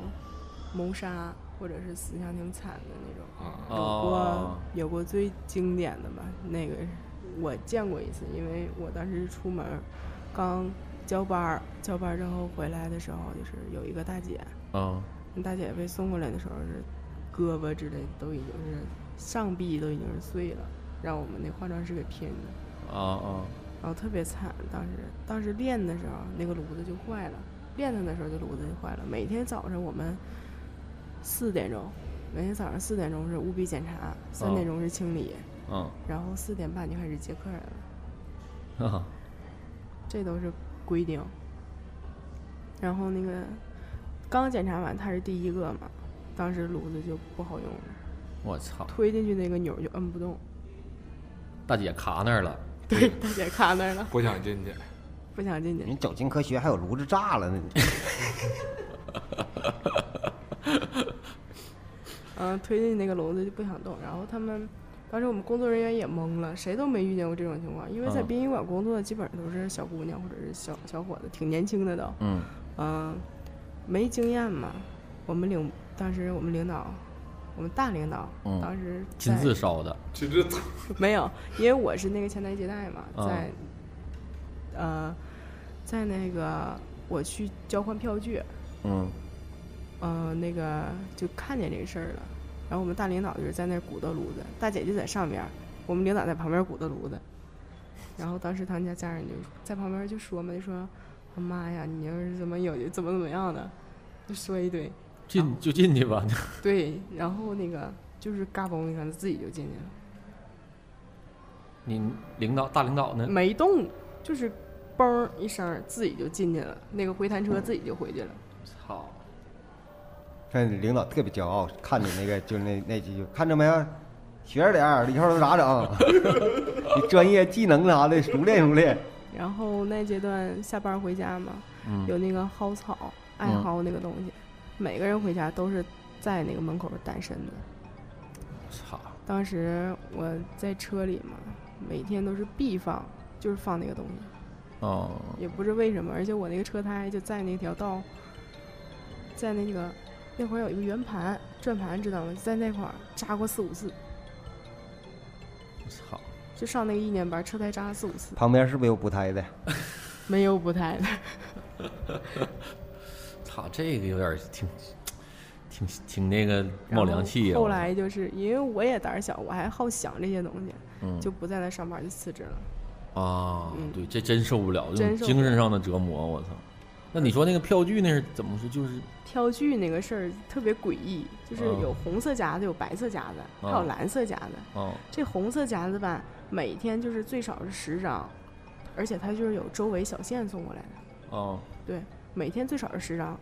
Speaker 4: 谋杀或者是死相挺惨的那种。
Speaker 2: 啊
Speaker 4: 有
Speaker 1: 哦
Speaker 4: 过啊有过最经典的吧，那个我见过一次，因为我当时出门儿刚交班儿，交班儿之后回来的时候，就是有一个大姐，
Speaker 1: 啊
Speaker 4: 大姐被送过来的时候是胳膊之类的都已经是上臂都已经是碎了，让我们那化妆师给拼的，
Speaker 1: 啊啊
Speaker 4: 然后特别惨。当时当时练的时候，那个炉子就坏了，练它的时候就炉子就坏了。每天早上我们四点钟，每天早上四点钟是务必检查，三点钟是清理，
Speaker 1: 啊
Speaker 4: 然后四点半就开始接客人了，
Speaker 1: 啊！
Speaker 4: 这都是规定。然后那个刚检查完，他是第一个嘛，当时炉子就不好用了，
Speaker 1: 我操，
Speaker 4: 推进去那个钮儿就摁不动，
Speaker 1: 大姐卡那儿了，
Speaker 4: 对，大姐卡那儿了，
Speaker 2: 不想进去。
Speaker 4: 不想进去。
Speaker 3: 人走进科学还有炉子炸了呢。
Speaker 4: 嗯，推进那个笼子就不想动。然后他们当时我们工作人员也懵了，谁都没遇见过这种情况，因为在
Speaker 1: 嗯
Speaker 4: 殡仪馆工作的基本上都是小姑娘或者是小小伙子，挺年轻的都，
Speaker 1: 嗯
Speaker 4: 嗯，没经验嘛。我们领当时我们领导，我们大领导、
Speaker 1: 嗯
Speaker 4: 当时
Speaker 1: 亲
Speaker 4: 在
Speaker 1: 自烧的，
Speaker 2: 其实
Speaker 4: 没有，因为我是那个前台接待嘛，
Speaker 1: 嗯
Speaker 4: 在、呃，在那个我去交换票据，
Speaker 1: 嗯
Speaker 4: 呃，那个就看见这个事儿了。然后我们大领导就是在那儿鼓捣炉子，大姐就在上面儿，我们领导在旁边儿鼓捣炉子。然后当时他们家家人就在旁边儿就说嘛，就说：“啊妈呀，你要是怎么有就怎么怎么样的，就说一堆。哦
Speaker 1: 进就进去吧。”
Speaker 4: 对，然后那个就是嘎嘣一声，自己就进去了。
Speaker 1: 你领导大领导呢？
Speaker 4: 没动，就是嘣一声自己就进去了，那个回弹车自己就回去了。
Speaker 1: 操！
Speaker 3: 看你领导特别骄傲，看你那个 就是那那几句，看着没有，学着点儿，以后都咋整？ 你专业技能啥的熟练熟练。
Speaker 4: 然后那阶段下班回家嘛，
Speaker 1: 嗯
Speaker 4: 有那个薅草、爱
Speaker 1: 嗯
Speaker 4: 薅那个东西，每个人回家都是在那个门口单身的。
Speaker 1: 操！
Speaker 4: 当时我在车里嘛，每天都是必放，就是放那个东西，
Speaker 1: 哦，
Speaker 4: 也不知为什么，而且我那个车胎就在那条道，在那个那会儿有一个圆盘转盘，知道吗？在那块儿扎过四五次，
Speaker 1: 操！
Speaker 4: 就上那个一年班，车胎扎了四五次，
Speaker 3: 旁边是不是有补胎的？
Speaker 4: 没有补胎的。
Speaker 1: 操！这个有点儿挺挺挺那个冒凉气
Speaker 4: 然
Speaker 1: 啊。
Speaker 4: 后后
Speaker 1: 我
Speaker 4: 来就是因为我也胆儿小，我还好想这些东西，
Speaker 1: 嗯
Speaker 4: 就不在那上班，就辞职了。
Speaker 1: 啊
Speaker 4: 嗯，
Speaker 1: 对，这真受不了，这
Speaker 4: 真
Speaker 1: 种
Speaker 4: 受不
Speaker 1: 精神上的折磨，我操！那你说那个票据那是怎么说？就是
Speaker 4: 挑剧那个事儿特别诡异，就是
Speaker 1: 嗯
Speaker 4: 有红色夹子，有白色夹子，还有
Speaker 1: 嗯
Speaker 4: 蓝色夹子。
Speaker 1: 啊，
Speaker 4: 这红色夹子吧，每天就是最少是十张，而且它就是有周围小县送过来的，
Speaker 1: 哦，
Speaker 4: 对，每天最少是十张。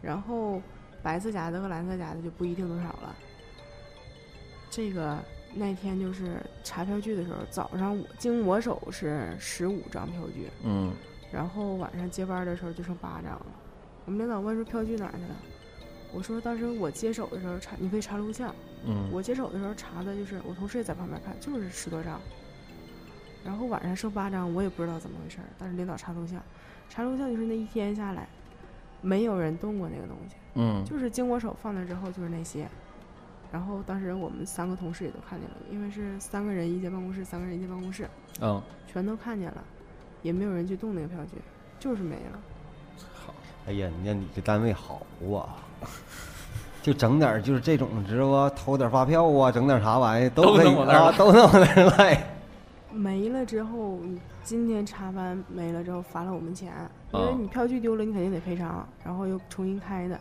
Speaker 4: 然后白色夹子和蓝色夹子就不一定多少了。这个那天就是查票据的时候，早上我经我手是十五张票据，
Speaker 1: 嗯，
Speaker 4: 然后晚上接班的时候就剩八张了。我们领导问说票据哪儿去了，我说当时我接手的时候查，你可以查录像。
Speaker 1: 嗯，
Speaker 4: 我接手的时候查的就是我同事也在旁边看，就是十多张。然后晚上剩八张，我也不知道怎么回事儿，但是领导查录像，查录像就是那一天下来，没有人动过那个东西，
Speaker 1: 嗯，
Speaker 4: 就是经我手放那之后就是那些。然后当时我们三个同事也都看见了，因为是三个人一间办公室，三个人一间办公室，
Speaker 1: 啊，
Speaker 4: 全都看见了，也没有人去动那个票据，就是没了。
Speaker 3: 哎呀，你看你这单位好啊，就整点儿就是这种，你知道吧？偷点儿发票啊，整点儿啥玩意儿
Speaker 1: 都
Speaker 3: 可以
Speaker 1: 能往那儿
Speaker 3: 啊，
Speaker 1: 赖
Speaker 3: 都能往那儿哎赖。
Speaker 4: 没了之后，你今天查完没了之后罚了我们钱，因为
Speaker 1: 啊
Speaker 4: 你票据丢了，你肯定得赔偿，然后又重新开的，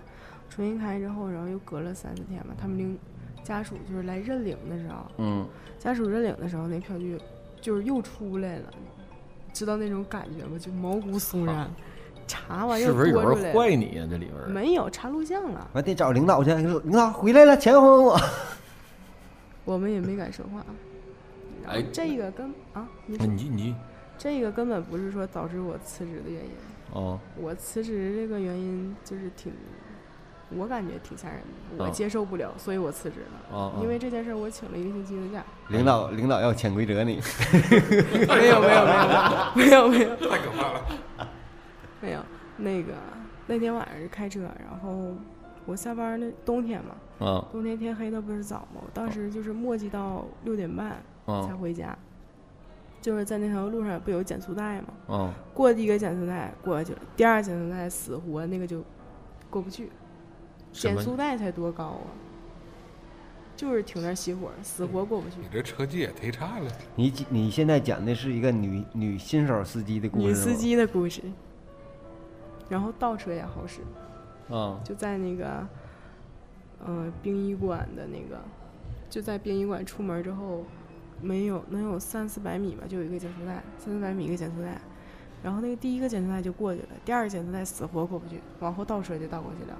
Speaker 4: 重新开之后，然后又隔了三四天吧，他们领家属就是来认领的时候，
Speaker 1: 嗯，
Speaker 4: 家属认领的时候，那票据就是又出来了，知道那种感觉吗？就毛骨悚然，查
Speaker 1: 啊
Speaker 4: 完
Speaker 1: 是
Speaker 4: 又
Speaker 1: 不是有
Speaker 4: 多出
Speaker 1: 人
Speaker 4: 来了，
Speaker 1: 坏你呀？啊这里边儿
Speaker 4: 没有查录像了，
Speaker 3: 完得找领导去，领导回来了，钱还我。
Speaker 4: 我们也没敢说话。然后
Speaker 1: 哎
Speaker 4: 这个跟啊，你说
Speaker 1: 你你你
Speaker 4: 这个根本不是说导致我辞职的原因。
Speaker 1: 哦，
Speaker 4: 我辞职这个原因就是挺，我感觉挺吓人的，我
Speaker 1: 嗯
Speaker 4: 接受不了，所以我辞职了。
Speaker 1: 哦，
Speaker 4: 因为这件事儿，我请了一个星期的假。
Speaker 3: 领导，领导要潜规则你。
Speaker 4: 没有，没有，没有，没有，没有，
Speaker 2: 太可怕了。
Speaker 4: 没有。那个那天晚上是开车，然后我下班儿那冬天嘛，
Speaker 1: 啊
Speaker 4: 冬天天黑的不是早嘛，我当时就是磨叽到六点半才
Speaker 1: 啊
Speaker 4: 回家，就是在那条路上不有减速带嘛，
Speaker 1: 啊
Speaker 4: 过第一个减速带过去了，第二减速带死活那个就过不去，
Speaker 1: 什
Speaker 4: 减
Speaker 1: 么
Speaker 4: 速带才多高啊？就是停那儿熄火，死活过不去
Speaker 2: 你。这车技也忒差了，
Speaker 3: 你你现在讲的是一个女女新手司机的
Speaker 1: 嗯
Speaker 3: 故事
Speaker 4: 女
Speaker 3: 吗
Speaker 4: 司机的故事，然后倒车也好使，
Speaker 1: 啊
Speaker 4: 就在那个，呃，殡仪馆的那个，就在殡仪馆出门之后，没有能有三四百米吧，就有一个减速带，三四百米一个减速带，然后那个第一个减速带就过去了，第二个减速带死活过不去，往后倒车就倒过去了，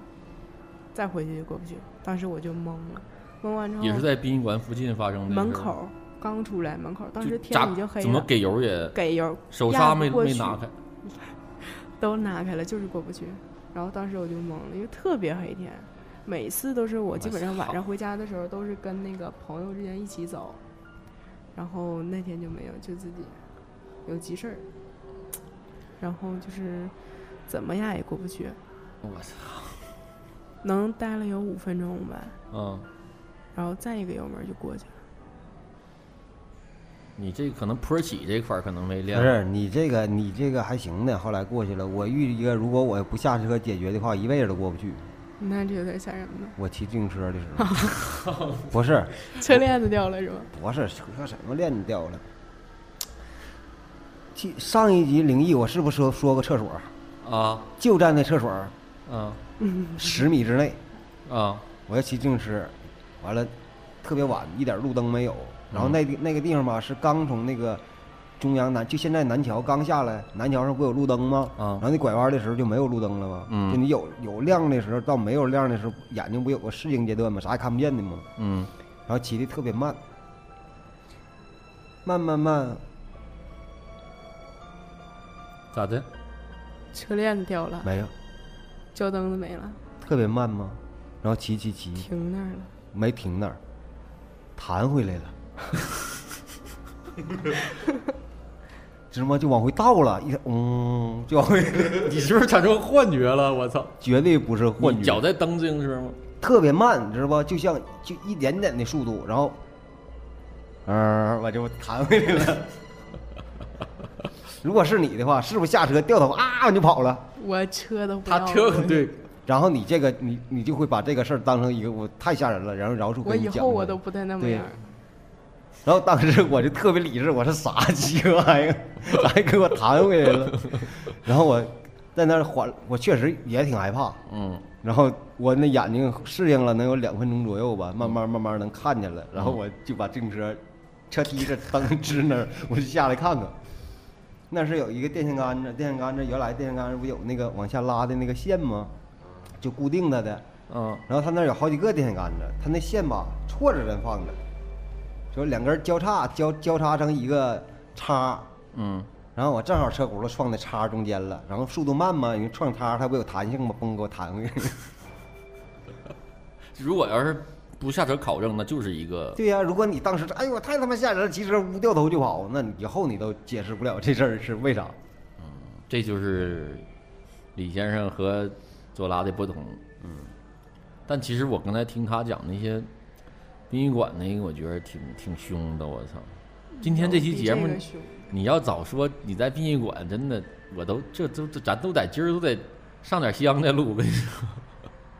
Speaker 4: 再回去就过不去。当时我就懵了，懵完之后
Speaker 1: 也是在殡仪馆附近发生的
Speaker 4: 门
Speaker 1: 事儿
Speaker 4: 口儿刚出来，门口儿当
Speaker 1: 就
Speaker 4: 时
Speaker 1: 咋
Speaker 4: 天已经黑了，
Speaker 1: 怎么给油也
Speaker 4: 给油
Speaker 1: 手
Speaker 4: 压
Speaker 1: 刹
Speaker 4: 不
Speaker 1: 没
Speaker 4: 过
Speaker 1: 没
Speaker 4: 去
Speaker 1: 拿开，
Speaker 4: 都拿开了，就是过不去。然后当时我就懵了，因为特别黑天，每次都是我基本上晚上回家的时候都是跟那个朋友之间一起走，然后那天就没有，就自己有急事儿，然后就是怎么样也过不去，
Speaker 1: 我操！
Speaker 4: 能待了有五分钟吧，
Speaker 1: 啊，
Speaker 4: 然后再一个油门就过去了。
Speaker 1: 你这可能坡起这块儿可能没练
Speaker 3: 不，是你这个，你这个还行呢。后来过去了，我遇一个，如果我不下车解决的话，一辈子都过不去。
Speaker 4: 你看这有点吓人呢，
Speaker 3: 我骑自行车的时候，不是
Speaker 4: 车链子掉了是吧？
Speaker 3: 不是扯什么链子掉了。记上一集灵异，我是不是说说个厕所？
Speaker 1: 啊
Speaker 3: 就站那厕所
Speaker 1: 啊
Speaker 3: 十米之内，
Speaker 1: 啊
Speaker 3: 我要骑自行车，完了特别晚，一点路灯没有。然后那地、那个地方吧，是刚从那个中央南，就现在南桥刚下来，南桥上不有路灯吗？
Speaker 1: 啊
Speaker 3: 然后你拐弯的时候就没有路灯了吗？
Speaker 1: 嗯
Speaker 3: 就你有有亮的时候到没有亮的时候，眼睛不有个适应阶段吗？啥也看不见的吗？
Speaker 1: 嗯
Speaker 3: 然后骑的特别慢，慢慢慢，
Speaker 1: 咋的？
Speaker 4: 车链子掉了，
Speaker 3: 没有，
Speaker 4: 脚蹬子没了，
Speaker 3: 特别慢吗？然后骑骑骑，
Speaker 4: 停那儿了。
Speaker 3: 没停那儿，弹回来了，知道吗？就往回倒了，一嗯，就往回，
Speaker 1: 你是不是产生幻觉了？我操！
Speaker 3: 绝对不是幻
Speaker 1: 你
Speaker 3: 觉，
Speaker 1: 脚在蹬自行车吗？
Speaker 3: 特别慢，你知道吧？就像就一点点的速度，然后，嗯、我就弹回来了。如果是你的话，是不是下车掉头啊你就跑了？
Speaker 4: 我车都不
Speaker 1: 他
Speaker 4: 要了
Speaker 1: 特对，
Speaker 3: 然后你这个你你就会把这个事儿当成一个我太吓人了，然后饶恕
Speaker 4: 我
Speaker 3: 跟你
Speaker 4: 以
Speaker 3: 讲出来。
Speaker 4: 后我都不带那么
Speaker 3: 对
Speaker 4: 样儿。
Speaker 3: 然后当时我就特别理智，我说啥鸡巴玩意儿，咋还给我弹回来了？然后我在那儿缓，我确实也挺害怕。
Speaker 1: 嗯
Speaker 3: 然后我那眼睛适应了能有两分钟左右吧，慢慢慢慢能看见了。然后我就把自行车车踢着蹬支那儿， 我就下来看看。那是有一个电线杆子，电线杆子原来电线杆子不有那个往下拉的那个线吗？就固定它的。
Speaker 1: 啊
Speaker 3: 然后他那儿有好几个电线杆子，他那线吧错着咱放着，就是两根儿交叉交交叉成一个叉，
Speaker 1: 嗯
Speaker 3: 然后我正好车轱辘撞在叉中间了，然后速度慢嘛，因为撞叉它不有弹性嘛，嘣给我弹回去。
Speaker 1: 如果要是不下车考证，那就是一个
Speaker 3: 对呀、如果你当时哎呦我太他妈吓人了，骑车呜掉头就跑，那你以后你都解释不了这事儿是为啥。
Speaker 1: 这就是李先生和左拉的不同。嗯，但其实我刚才听他讲那些殡仪馆那个，我觉得挺挺凶的。我操！今嗯哦天这期节目
Speaker 4: 哦比，个凶
Speaker 1: 你要早说你在殡仪馆，真的我都这都这咱都得今儿都得上点香再录。我跟你说，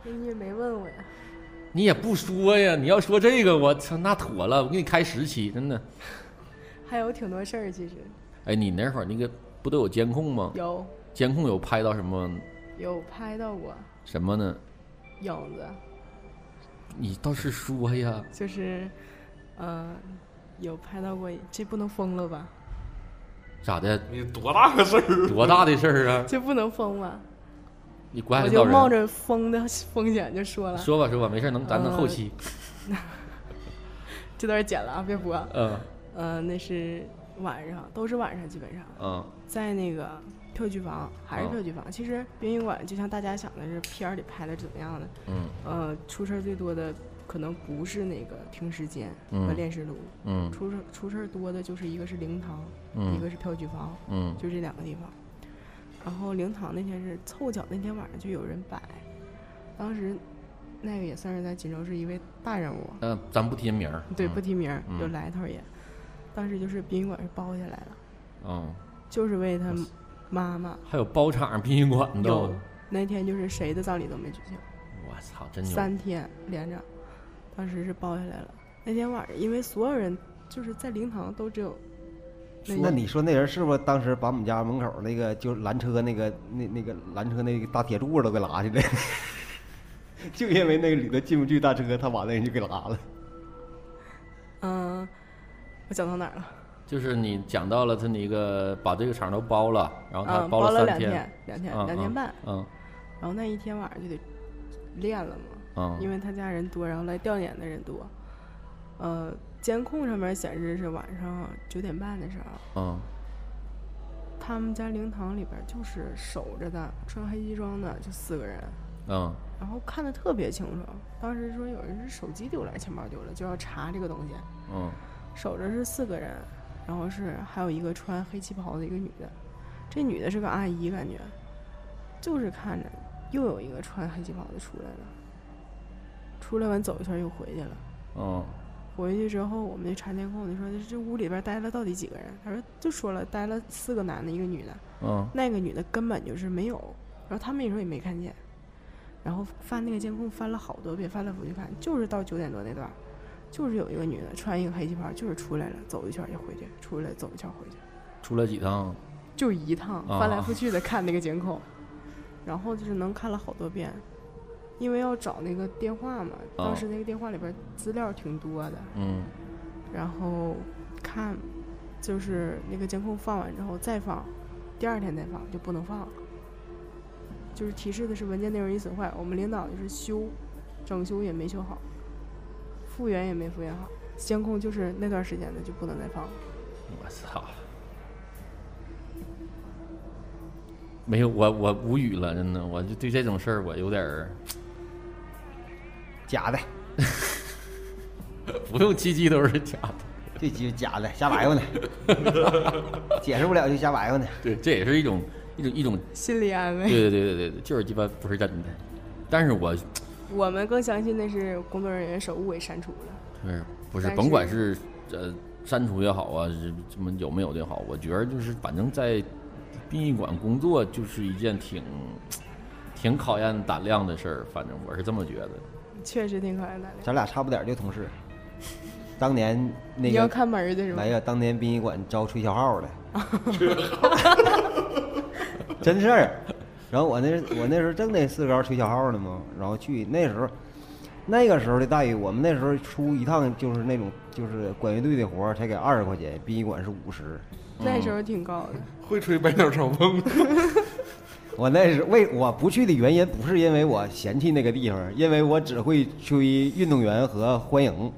Speaker 4: 那哎你也没问我呀，
Speaker 1: 你也不说呀！你要说这个，我 操，那妥了，我给你开十期，真的。
Speaker 4: 还有挺多事儿其实
Speaker 1: 哎，你那会儿那个不都有监控吗？
Speaker 4: 有
Speaker 1: 监控有拍到什么
Speaker 4: 有拍到过
Speaker 1: 什么呢？
Speaker 4: 影子，
Speaker 1: 你倒是说呀！
Speaker 4: 就是呃有拍到过，这不能封了吧？
Speaker 1: 咋的？
Speaker 2: 你多大个事儿？
Speaker 1: 多大的事儿啊！
Speaker 4: 这不能封吧？
Speaker 1: 你关
Speaker 4: 我
Speaker 1: 爱
Speaker 4: 就
Speaker 1: 到
Speaker 4: 冒
Speaker 1: 人，
Speaker 4: 着封的风险就说了，
Speaker 1: 说吧说吧，没事儿，能咱能
Speaker 4: 呃
Speaker 1: 后期，
Speaker 4: 这段剪了啊，别播。
Speaker 1: 嗯
Speaker 4: 呃，那是晚上，都是晚上，基本上
Speaker 1: 嗯
Speaker 4: 在那个票据房，还是
Speaker 1: 嗯
Speaker 4: 票据房。其实殡仪馆就像大家想的是片儿里拍的怎么样的，
Speaker 1: 嗯
Speaker 4: 呃，出事儿最多的可能不是那个停尸间和
Speaker 1: 嗯
Speaker 4: 炼尸炉，
Speaker 1: 嗯
Speaker 4: 出事出事儿多的就是一个是灵堂，一
Speaker 1: 嗯
Speaker 4: 个是票据房，
Speaker 1: 嗯
Speaker 4: 就这两个地方。然后灵堂那天是凑巧，那天晚上就有人摆，当时那个也算是在锦州是一位大人物，
Speaker 1: 嗯，咱不提人名儿，
Speaker 4: 对，
Speaker 1: 嗯
Speaker 4: 不提名儿，有
Speaker 1: 嗯
Speaker 4: 来头儿也。当时就是殡仪馆是包下来了，
Speaker 1: 嗯，
Speaker 4: 就是为他妈妈
Speaker 1: 还有包场殡仪馆的，
Speaker 4: 有那天就是谁的葬礼都没举行，
Speaker 1: 我操，真牛！
Speaker 4: 三天连着，当时是包下来了。那天晚上，因为所有人就是在灵堂都只有那
Speaker 3: 那
Speaker 4: 个
Speaker 3: 你说那人是不是当时把我们家门口那个就是拦车那个那那个拦车那个大铁柱都给拉下来？ 就因为那个里头进不去大车，他把那人就给拉了。
Speaker 4: 嗯、我讲到哪儿了？
Speaker 1: 就是你讲到了他那个把这个场都包了，然后他
Speaker 4: 嗯，
Speaker 1: 了三
Speaker 4: 了两
Speaker 1: 天，，
Speaker 4: 两天，
Speaker 1: 嗯
Speaker 4: 两天半。，
Speaker 1: 嗯
Speaker 4: 然后那一天晚上就得练了嘛，
Speaker 1: 嗯，
Speaker 4: 因
Speaker 1: 为
Speaker 4: 为他家人多，然后来吊唁的人多。呃，监控上面显示是晚上九点半的时候，
Speaker 1: 嗯
Speaker 4: 他们家灵堂里边儿就是守着的，穿黑西装的就四个人，
Speaker 1: 嗯
Speaker 4: 然后看得特别清楚。当时说有人是手机丢了，钱包丢了，就要查这个东西。
Speaker 1: 嗯
Speaker 4: 守着是四个人，然后是还有一个穿黑旗袍的一个女的，这女的是个阿姨，感觉就是看着又有一个穿黑旗袍的出来了，出来完走一圈又回去了。
Speaker 1: 嗯
Speaker 4: 回去之后，我们就查监控，就说这这屋里边待了到底几个人？他说就说了，待了四个男的，一个女的。
Speaker 1: 嗯
Speaker 4: 那个女的根本就是没有，然后他们那时候也没看见，然后翻那个监控翻了好多遍，翻来覆去看，就是到九点多那段儿，就是有一个女的穿一个黑旗袍，就是出来了，走一圈儿就回去，出来走一圈儿回去，
Speaker 1: 出来几趟，
Speaker 4: 就是一趟
Speaker 1: 啊
Speaker 4: 翻来覆去的看那个监控，然后就是能看了好多遍，因为要找那个电话嘛，
Speaker 1: 哦
Speaker 4: 当时那个电话里边儿资料挺多的，
Speaker 1: 嗯，
Speaker 4: 然后看，就是那个监控放完之后再放，第二天再放就不能放了。就是提示的是文件内容已损坏，我们领导就是修，整修也没修好，复原也没复原好，监控就是那段时间的就不能再放了。
Speaker 1: 我操，没有我我无语了，真的，我就对这种事儿我有点儿
Speaker 3: 假的，
Speaker 1: 不用七七都是假的，
Speaker 3: 这鸡巴假的，瞎 白话呢，解释不了就瞎白话呢。
Speaker 1: 对，这也是一种一种一种，
Speaker 4: 心理安慰，
Speaker 1: 对对对对对，就是鸡巴不是真的，但是我
Speaker 4: 我们更相信那是工作人员手误给删除了。
Speaker 1: 是不是
Speaker 4: 但
Speaker 1: 甭管
Speaker 4: 是
Speaker 1: 是呃删除也好啊，是这么有没有也好，我觉得就是反正在殡仪馆工作就是一件挺挺考验胆量的事儿，反正我是这么觉得。
Speaker 4: 确实挺考验胆量。
Speaker 3: 咱俩差不点儿就同事，当年那个
Speaker 4: 你要看门儿的是吧
Speaker 3: 没？有，当年殡仪馆招吹小号的，真事儿。然后我那我那时候正那四高吹小号呢嘛，然后去那时候，那个时候的待遇，我们那时候出一趟就是那种就是管乐队的活儿才给二十块钱，殡仪馆是五十。
Speaker 4: 那时候挺高的，
Speaker 2: 会吹百鸟朝凤吗，
Speaker 3: 我那是为我不去的原因，不是因为我嫌弃那个地方，因为我只会吹运动员和欢迎。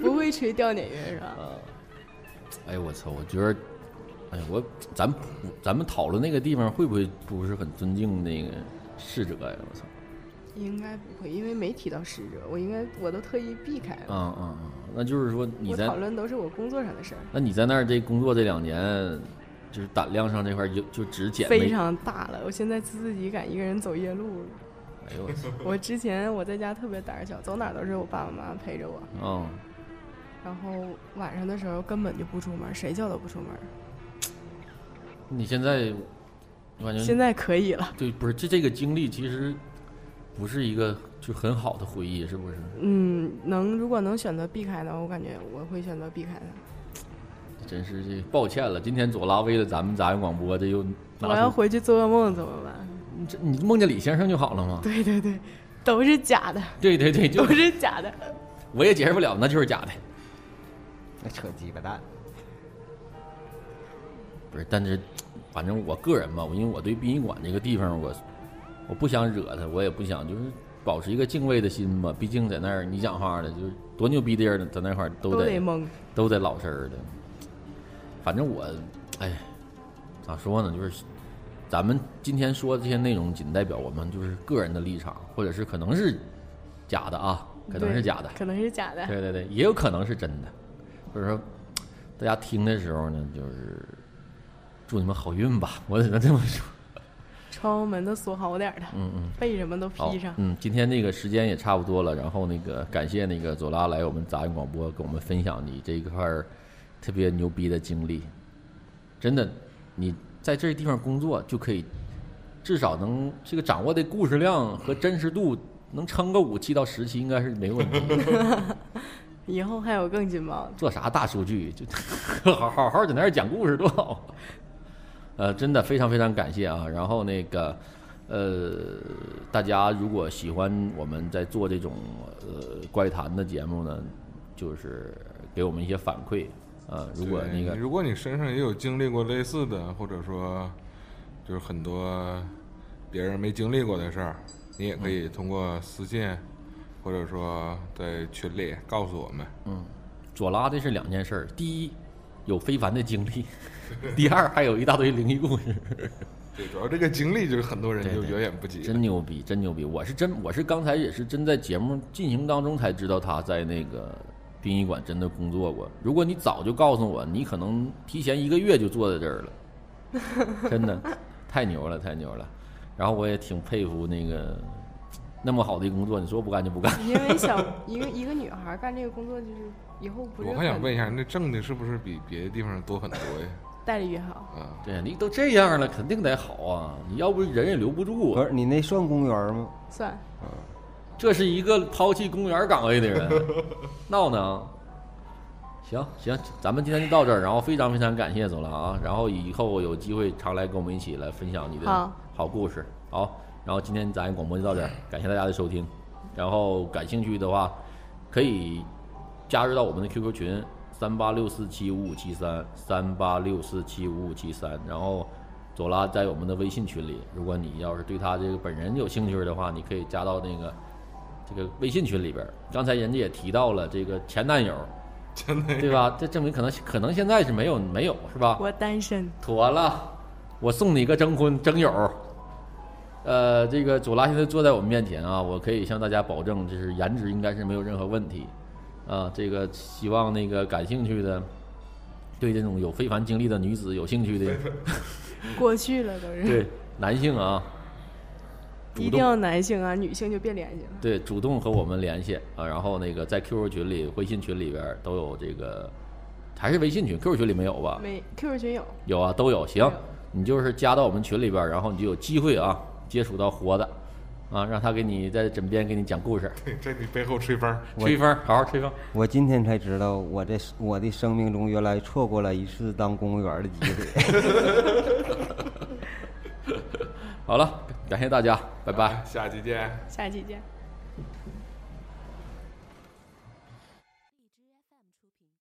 Speaker 4: 不会吹吊碾乐是吧？
Speaker 1: 哎呦我操，我觉得，哎呀我咱不咱们讨论那个地方会不会不是很尊敬那个逝者呀？我操，
Speaker 4: 应该不会，因为没提到逝者，我应该我都特意避开了。
Speaker 1: 嗯嗯嗯，那就是说你
Speaker 4: 哎我
Speaker 1: 在
Speaker 4: 讨论都是我工作上的事儿，
Speaker 1: 那你在那儿这工作这两年，就是胆量上这块儿就就只减
Speaker 4: 非
Speaker 1: 没
Speaker 4: 常大了。我现在自己敢一个人走夜路了。
Speaker 1: 哎呦我操，
Speaker 4: 我之前我在家特别胆儿小，走哪儿都是我爸爸妈妈陪着我，
Speaker 1: 嗯。
Speaker 4: 然后晚上的时候根本就不出门，谁叫都不出门。
Speaker 1: 你现在，我感觉
Speaker 4: 现在可以了，
Speaker 1: 对，不是这这个经历其实不是一个就很好的回忆，是不是？
Speaker 4: 嗯，能如果能选择避开的，我感觉我会选择避开的。
Speaker 1: 真是这抱歉了，今天左拉为了咱们杂音广播，这又
Speaker 4: 我要
Speaker 1: 拿出
Speaker 4: 回去做噩梦怎么办？
Speaker 1: 你这你梦见李先生就好了嘛？
Speaker 4: 对对对，都是假的，
Speaker 1: 对对对，就
Speaker 4: 都是假的。
Speaker 1: 我也解释不了，那就是假的。
Speaker 3: 那哎扯鸡巴蛋，
Speaker 1: 不是，但是反正我个人吧，我因为我对殡仪馆这个地方，我我不想惹他，我也不想就是保持一个敬畏的心吧。毕竟在那儿，你讲话的就是多牛逼的人，在那块儿都
Speaker 4: 都
Speaker 1: 得
Speaker 4: 得蒙，
Speaker 1: 都得老实儿的。反正我，哎，咋说呢？就是咱们今天说的这些内容，仅代表我们就是个人的立场，或者是可能是假的啊，可能是
Speaker 4: 对
Speaker 1: 假的，
Speaker 4: 可能是假的。
Speaker 1: 对对对，也有可能是真的。所以说，大家听的时候呢，就是祝你们好运吧，我只能这么说。
Speaker 4: 窗户门都锁好点儿的，嗯嗯，被什么都
Speaker 1: 好
Speaker 4: 披上，。
Speaker 1: 嗯，今天那个时间也差不多了，然后那个感谢那个左拉来我们杂音广播跟我们分享你这一块儿特别牛逼的经历，真的，你在这地方工作就可以，至少能这个掌握的故事量和真实度能撑个五期到十期应该是没问题。
Speaker 4: 以后还有更劲爆的。
Speaker 1: 做啥大数据？就 好好好在那儿讲故事多好。啊呃，真的非常非常感谢啊！然后那个，呃，大家如果喜欢我们在做这种呃怪谈的节目呢，就是给我们一些反馈啊、如果
Speaker 2: 对
Speaker 1: 那个
Speaker 2: 如果你身上也有经历过类似的，或者说就是很多别人没经历过的事儿，你也
Speaker 1: 嗯
Speaker 2: 可以通过私信，或者说在群里告诉我们。
Speaker 1: 嗯左拉这是两件事儿，第一有非凡的经历， 第二还有一大堆灵异故事。
Speaker 2: 对，主要这个经历就是很多人
Speaker 1: 对
Speaker 2: 就
Speaker 1: 对
Speaker 2: 远远不及。
Speaker 1: 真牛逼，真牛逼！我是真，我是刚才也是真在节目进行当中才知道他在那个殡仪馆真的工作过。如果你早就告诉我，你可能提前一个月就坐在这儿了，真的太牛了，太牛了！然后我也挺佩服那个那么好的一个工作，你说不干就不干。
Speaker 4: 因为小一个一个女孩儿干这个工作，就是以后不是
Speaker 2: 我还想
Speaker 4: 很
Speaker 2: 问一下，那挣的是不是比别的地方多很多呀？
Speaker 4: 待遇好。
Speaker 2: 啊，
Speaker 1: 对呀，你都这样了，肯定得好啊！你要不人也留不住
Speaker 3: 不
Speaker 1: 啊。
Speaker 3: 是你那算公园吗？
Speaker 4: 算，
Speaker 1: 这是一个抛弃公园岗位的人，闹呢。行行，咱们今天就到这儿，然后非常非常感谢走了啊，然后以后有机会常来跟我们一起来分享你的
Speaker 4: 好
Speaker 1: 好故事，好，然后今天咱广播就到这儿，感谢大家的收听，然后感兴趣的话可以加入到我们的 QQ 群三八六四七五五七三三八六四七五五七三，然后左拉在我们的微信群里，如果你要是对他这个本人有兴趣的话，你可以加到那个这个微信群里边儿。刚才人家也提到了这个前男友，
Speaker 2: 真的
Speaker 1: 对吧？这证明可能可能现在是没有没有是吧？
Speaker 4: 我单身，
Speaker 1: 妥了，我送你一个征婚征友。呃，这个左拉现在坐在我们面前啊，我可以向大家保证，就是颜值应该是没有任何问题。啊，这个希望那个感兴趣的，对这种有非凡经历的女子有兴趣的，
Speaker 4: 过去了都 是。
Speaker 1: 对男性啊，
Speaker 4: 一
Speaker 1: 主
Speaker 4: 定
Speaker 1: 动
Speaker 4: 要男性啊，女性就别联系了。
Speaker 1: 对，主动和我们联系啊，然后那个在 QQ 群里、微信群里边儿都有这个，还是微信群，QQ 群里没有吧？
Speaker 4: 没 QQ 群有，
Speaker 1: 有啊，都有。行，你就是加到我们群里边儿，然后你就有机会啊，接触到活的，啊，让他给你在枕边给你讲故事，
Speaker 2: 对，这你背后吹风儿，
Speaker 1: 吹风儿，好好吹风儿。
Speaker 3: 我今天才知道，我这我的生命中原来错过了一次当公务员的机会。
Speaker 1: 好了，感谢大家，拜拜。
Speaker 2: 下期见。
Speaker 4: 下期见。